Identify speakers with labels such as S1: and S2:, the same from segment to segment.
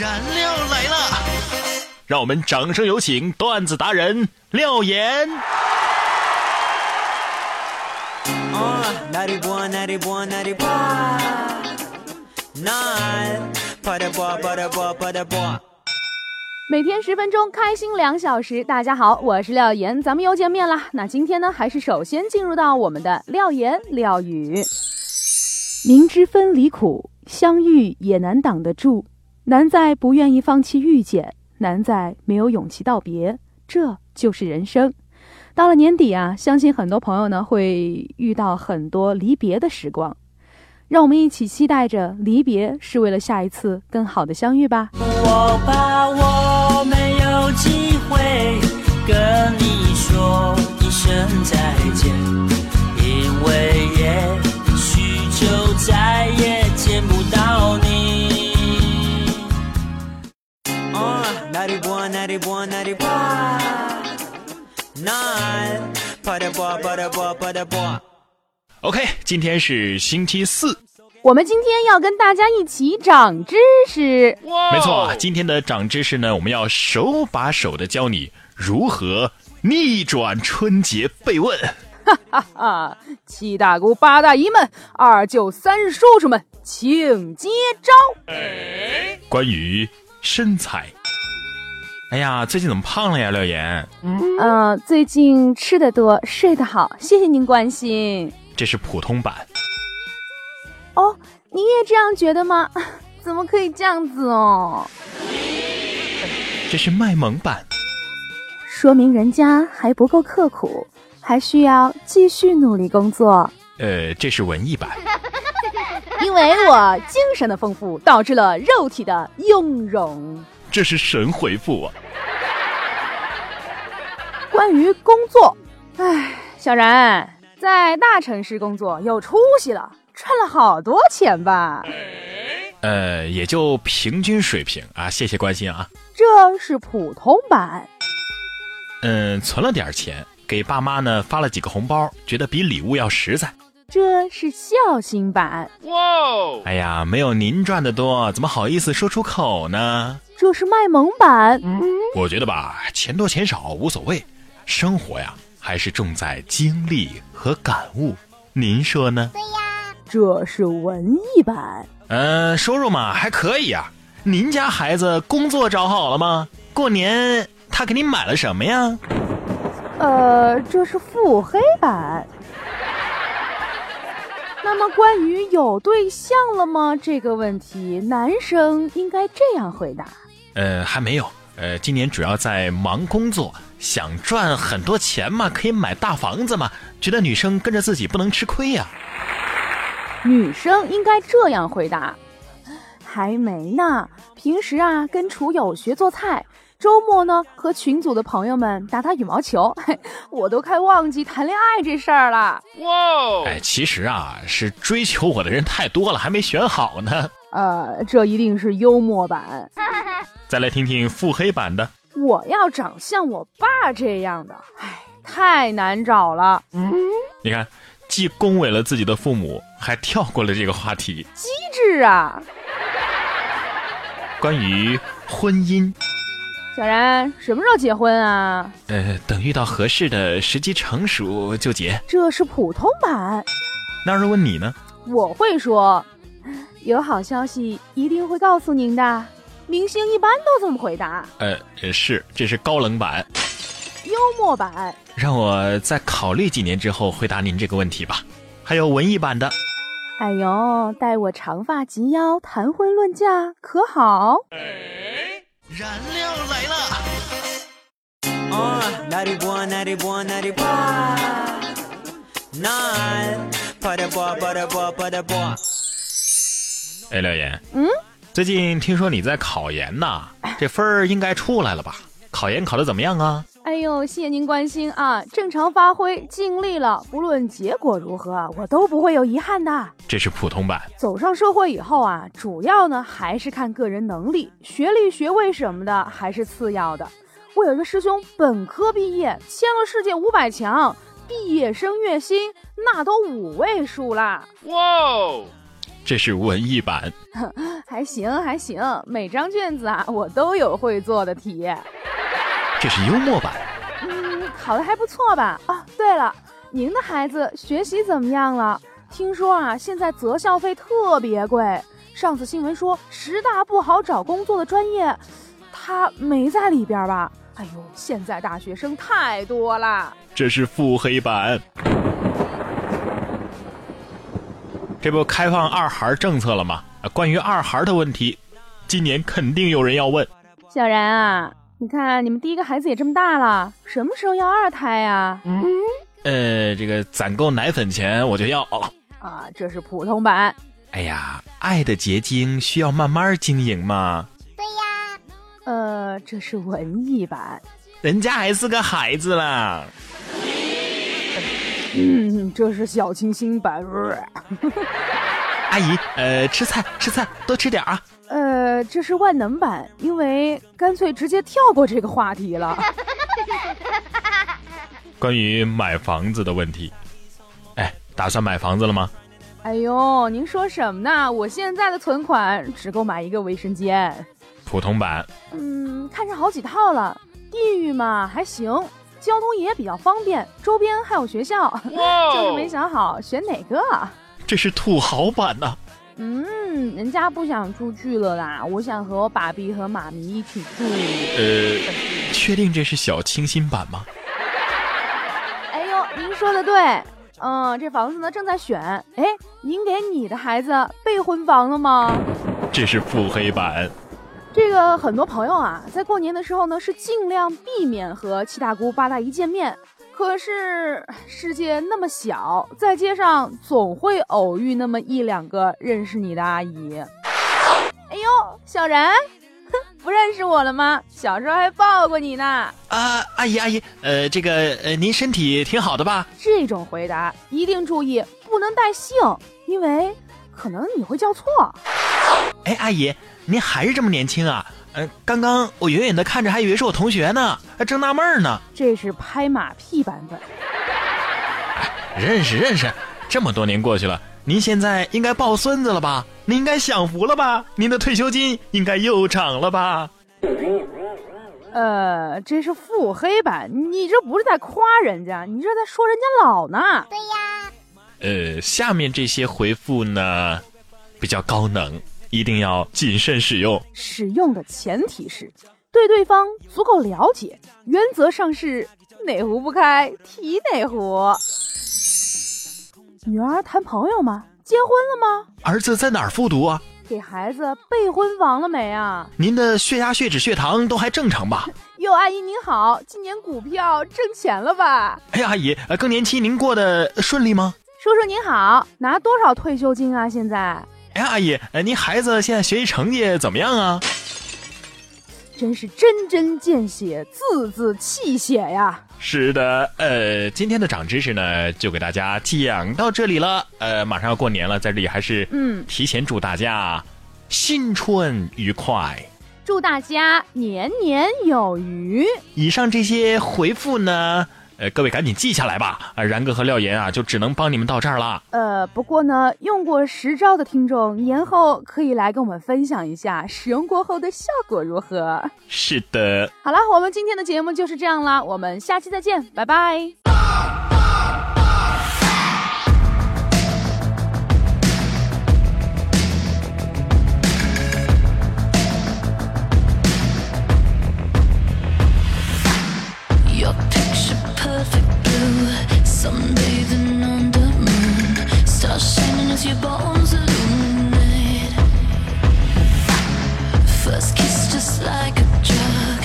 S1: 燃料来了！让我们掌声有请段子达人廖岩。
S2: Uh, 91, 91, 91. Nine. Pada boy, pada boy, pada boy.
S3: 每天十分钟，开心两小时。大家好，我是廖岩，咱们又见面啦。那今天呢，还是首先进入到我们的廖岩廖语。明知分离苦，相遇也难挡得住。难在不愿意放弃遇见，难在没有勇气道别。这就是人生。到了年底啊，相信很多朋友呢会遇到很多离别的时光。让我们一起期待着离别是为了下一次更好的相遇吧。
S2: 我怕我没有机会跟你说一声再见，因为也许就再也见不到你。Uh, 91, 91, 91. Nine. Pada boy, pada boy, pada boy.
S1: OK，今天是星期四，
S3: 我们今天要跟大家一起长知识。
S1: 没错，啊今天的长知识呢，我们要手把手的教你如何逆转春节被问。
S3: 啊，七大姑八大姨们，二舅三叔叔们，请接招！
S1: 关于身材，哎呀，最近怎么胖了呀，廖岩？
S3: 嗯、最近吃得多，睡得好，谢谢您关心。
S1: 这是普通版。
S3: 哦，你也这样觉得吗？ 怎么可以这样子哦？
S1: 这是卖萌版，
S3: 说明人家还不够刻苦，还需要继续努力工 作。
S1: 呃，这是文艺版，
S3: 因为我精神的丰富导致了肉体的臃肿。
S1: 这是神回复啊！
S3: 关于工作，唉，小然在大城市工作有出息了，赚了好多钱吧？
S1: 呃，也就平均水平啊，谢谢关心啊。
S3: 这是普通版。
S1: 嗯、存了点钱，给爸妈呢发了几个红包，觉得比礼物要实在。
S3: 这是孝心版，
S1: 哎呀，没有您赚的多，怎么好意思说出口呢？
S3: 这是卖萌版，
S1: 我觉得吧，钱多钱少无所谓，生活呀还是重在经历和感悟。您说呢？
S3: 这是文艺版，
S1: 呃，收入嘛还可以啊。您家孩子工作找好了吗？过年他给你买了什么呀？
S3: 呃，这是腹黑版。那么关于有对象了吗这个问题，男生应该这样回答：
S1: 呃，还没有。呃，今年主要在忙工作，想赚很多钱嘛，可以买大房子嘛。觉得女生跟着自己不能吃亏呀、
S3: 女生应该这样回答：还没呢，平时啊跟厨友学做菜，周末呢和群组的朋友们打打羽毛球， 嘿，我都快忘记谈恋爱这事儿了。
S1: 哎，其实啊，是追求我的人太多了，还没选好呢。
S3: 呃，这一定是幽默版。
S1: 再来听听腹黑版的，
S3: 我要长像我爸这样的，唉，太难找了。
S1: 你看，既恭维了自己的父母，还跳过了这个话题。
S3: 机智啊，
S1: 关于婚姻，
S3: 小然什么时候结婚啊？
S1: 呃，等遇到合适的时机成熟就结。
S3: 这是普通版。
S1: 那如果你呢？
S3: 我会说，有好消息一定会告诉您的。明星一般都这么回答。
S1: 呃，呃是，这是高冷版，
S3: 幽默版，
S1: 让我再考虑几年之后回答您这个问题吧。还有文艺版的，
S3: 哎呦，待我长发及腰，谈婚论嫁可好？
S1: 燃料来了。
S2: Uh, 91, 91, 91. Nine. Pada boy, pada boy, pada boy.
S1: 哎，廖岩，
S3: 嗯，
S1: 最近听说你在考研呐，这分儿应该出来了吧？考研考的怎么样啊？
S3: 哎呦，谢谢您关心啊！正常发挥，尽力了，不论结果如何，我都不会有遗憾的。
S1: 这是普通版。
S3: 走上社会以后啊，主要呢还是看个人能力，学历、学位什么的还是次要的。我有一个师兄本科毕业，签了世界五百强，毕业生月薪那都五位数啦。
S1: 这是文艺版。
S3: 还行还行，每张卷子啊，我都有会做的题。
S1: 这是幽默版。
S3: 嗯，考的还不错吧？哦，对了，您的孩子学习怎么样了？听说啊，现在择校费特别贵。上次新闻说十大不好找工作的专业，他没在里边吧？哎呦，现在大学生太多了。
S1: 这是腹黑版。这不开放二孩政策了吗？啊关于二孩的问题，今年肯定有人要问。
S3: 小然啊，你看你们第一个孩子也这么大了，什么时候要二胎啊呀、
S1: 呃，这个攒够奶粉钱我就要了。
S3: 啊？啊，这是普通版。
S1: 哎呀，爱的结晶需要慢慢经营嘛。
S3: 呃，这是文艺版。
S1: 人家还是个孩子啦。
S3: 嗯，这是小清新版。呃
S1: 阿姨，呃，吃菜吃菜，多吃点啊。
S3: 呃，这是万能版，因为干脆直接跳过这个话题了。
S1: 关于买房子的问题，哎，打算买房子了吗？
S3: 哎呦，您说什么呢？我现在的存款只够买一个卫生间。
S1: 普通版，
S3: 嗯，看上好几套了。地域嘛还行，交通也比较方便，周边还有学校，就是没想好选哪个。
S1: 这是土豪版啊呐、
S3: 嗯，人家不想出去了啦，我想和我爸比和妈咪一起住。
S1: 呃，确定这是小清新版吗？
S3: 哎呦，您说的对，嗯，这房子呢正在选。哎，您给你的孩子备婚房了吗？
S1: 这是腹黑版。
S3: 这个很多朋友啊，在过年的时候呢，是尽量避免和七大姑八大姨见面。可是世界那么小，在街上总会偶遇那么一两个认识你的阿姨。哎呦，小然，哼不认识我了吗？小时候还抱过你呢。
S1: 啊，阿姨阿姨，呃，这个呃，您身体挺好的吧？
S3: 这种回答一定注意，不能带姓，因为可能你会叫错。
S1: 哎，阿姨，您还是这么年轻啊？呃，刚刚我远远的看着，还以为是我同学呢，还正纳闷儿呢。
S3: 这是拍马屁版本。
S1: 认识认识，这么多年过去了，您现在应该抱孙子了吧？您应该享福了吧？您的退休金应该又涨了吧？
S3: 呃，这是腹黑版，你这不是在夸人家，你这在说人家老呢。
S1: 呃，下面这些回复呢，比较高能，一定要谨慎使用。
S3: 使用的前提是对对方足够了解，原则上是哪壶不开提哪壶。女儿谈朋友吗？结婚了吗？
S1: 儿子在哪儿复读啊？
S3: 给孩子备婚房了没啊？
S1: 您的血压、血脂、血糖都还正常吧？
S3: 哟，阿姨您好，今年股票挣钱了吧？
S1: 哎，阿姨，呃更年期您过得顺利吗？
S3: 叔叔您好，拿多少退休金啊？现在
S1: 哎，阿姨，呃您孩子现在学习成绩怎么样啊？
S3: 真是针针见血，字字泣血呀！
S1: 是的，呃，今天的长知识呢，就给大家讲到这里了。呃，马上要过年了，在这里还是
S3: 嗯
S1: 提前祝大家新春愉快。
S3: 祝大家年年有余。
S1: 以上这些回复呢，呃，各位赶紧记下来吧。啊，然哥和廖岩啊，就只能帮你们到这儿了。
S3: 呃，不过呢，用过实招的听众，年后可以来跟我们分享一下使用过后的效果如何。
S1: 是的，
S3: 好了，我们今天的节目就是这样啦，我们下期再见，拜拜。
S4: Your picture perfect blue, sunbathing on the moon. Stars shining as your bones illuminate. First kiss just like a drug,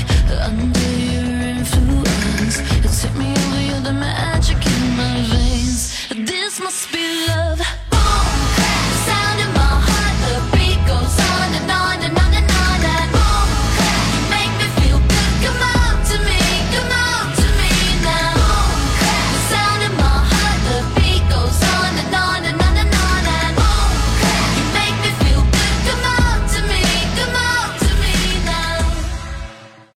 S4: under your influence. It took me over, you're the magic in my veins. This must be.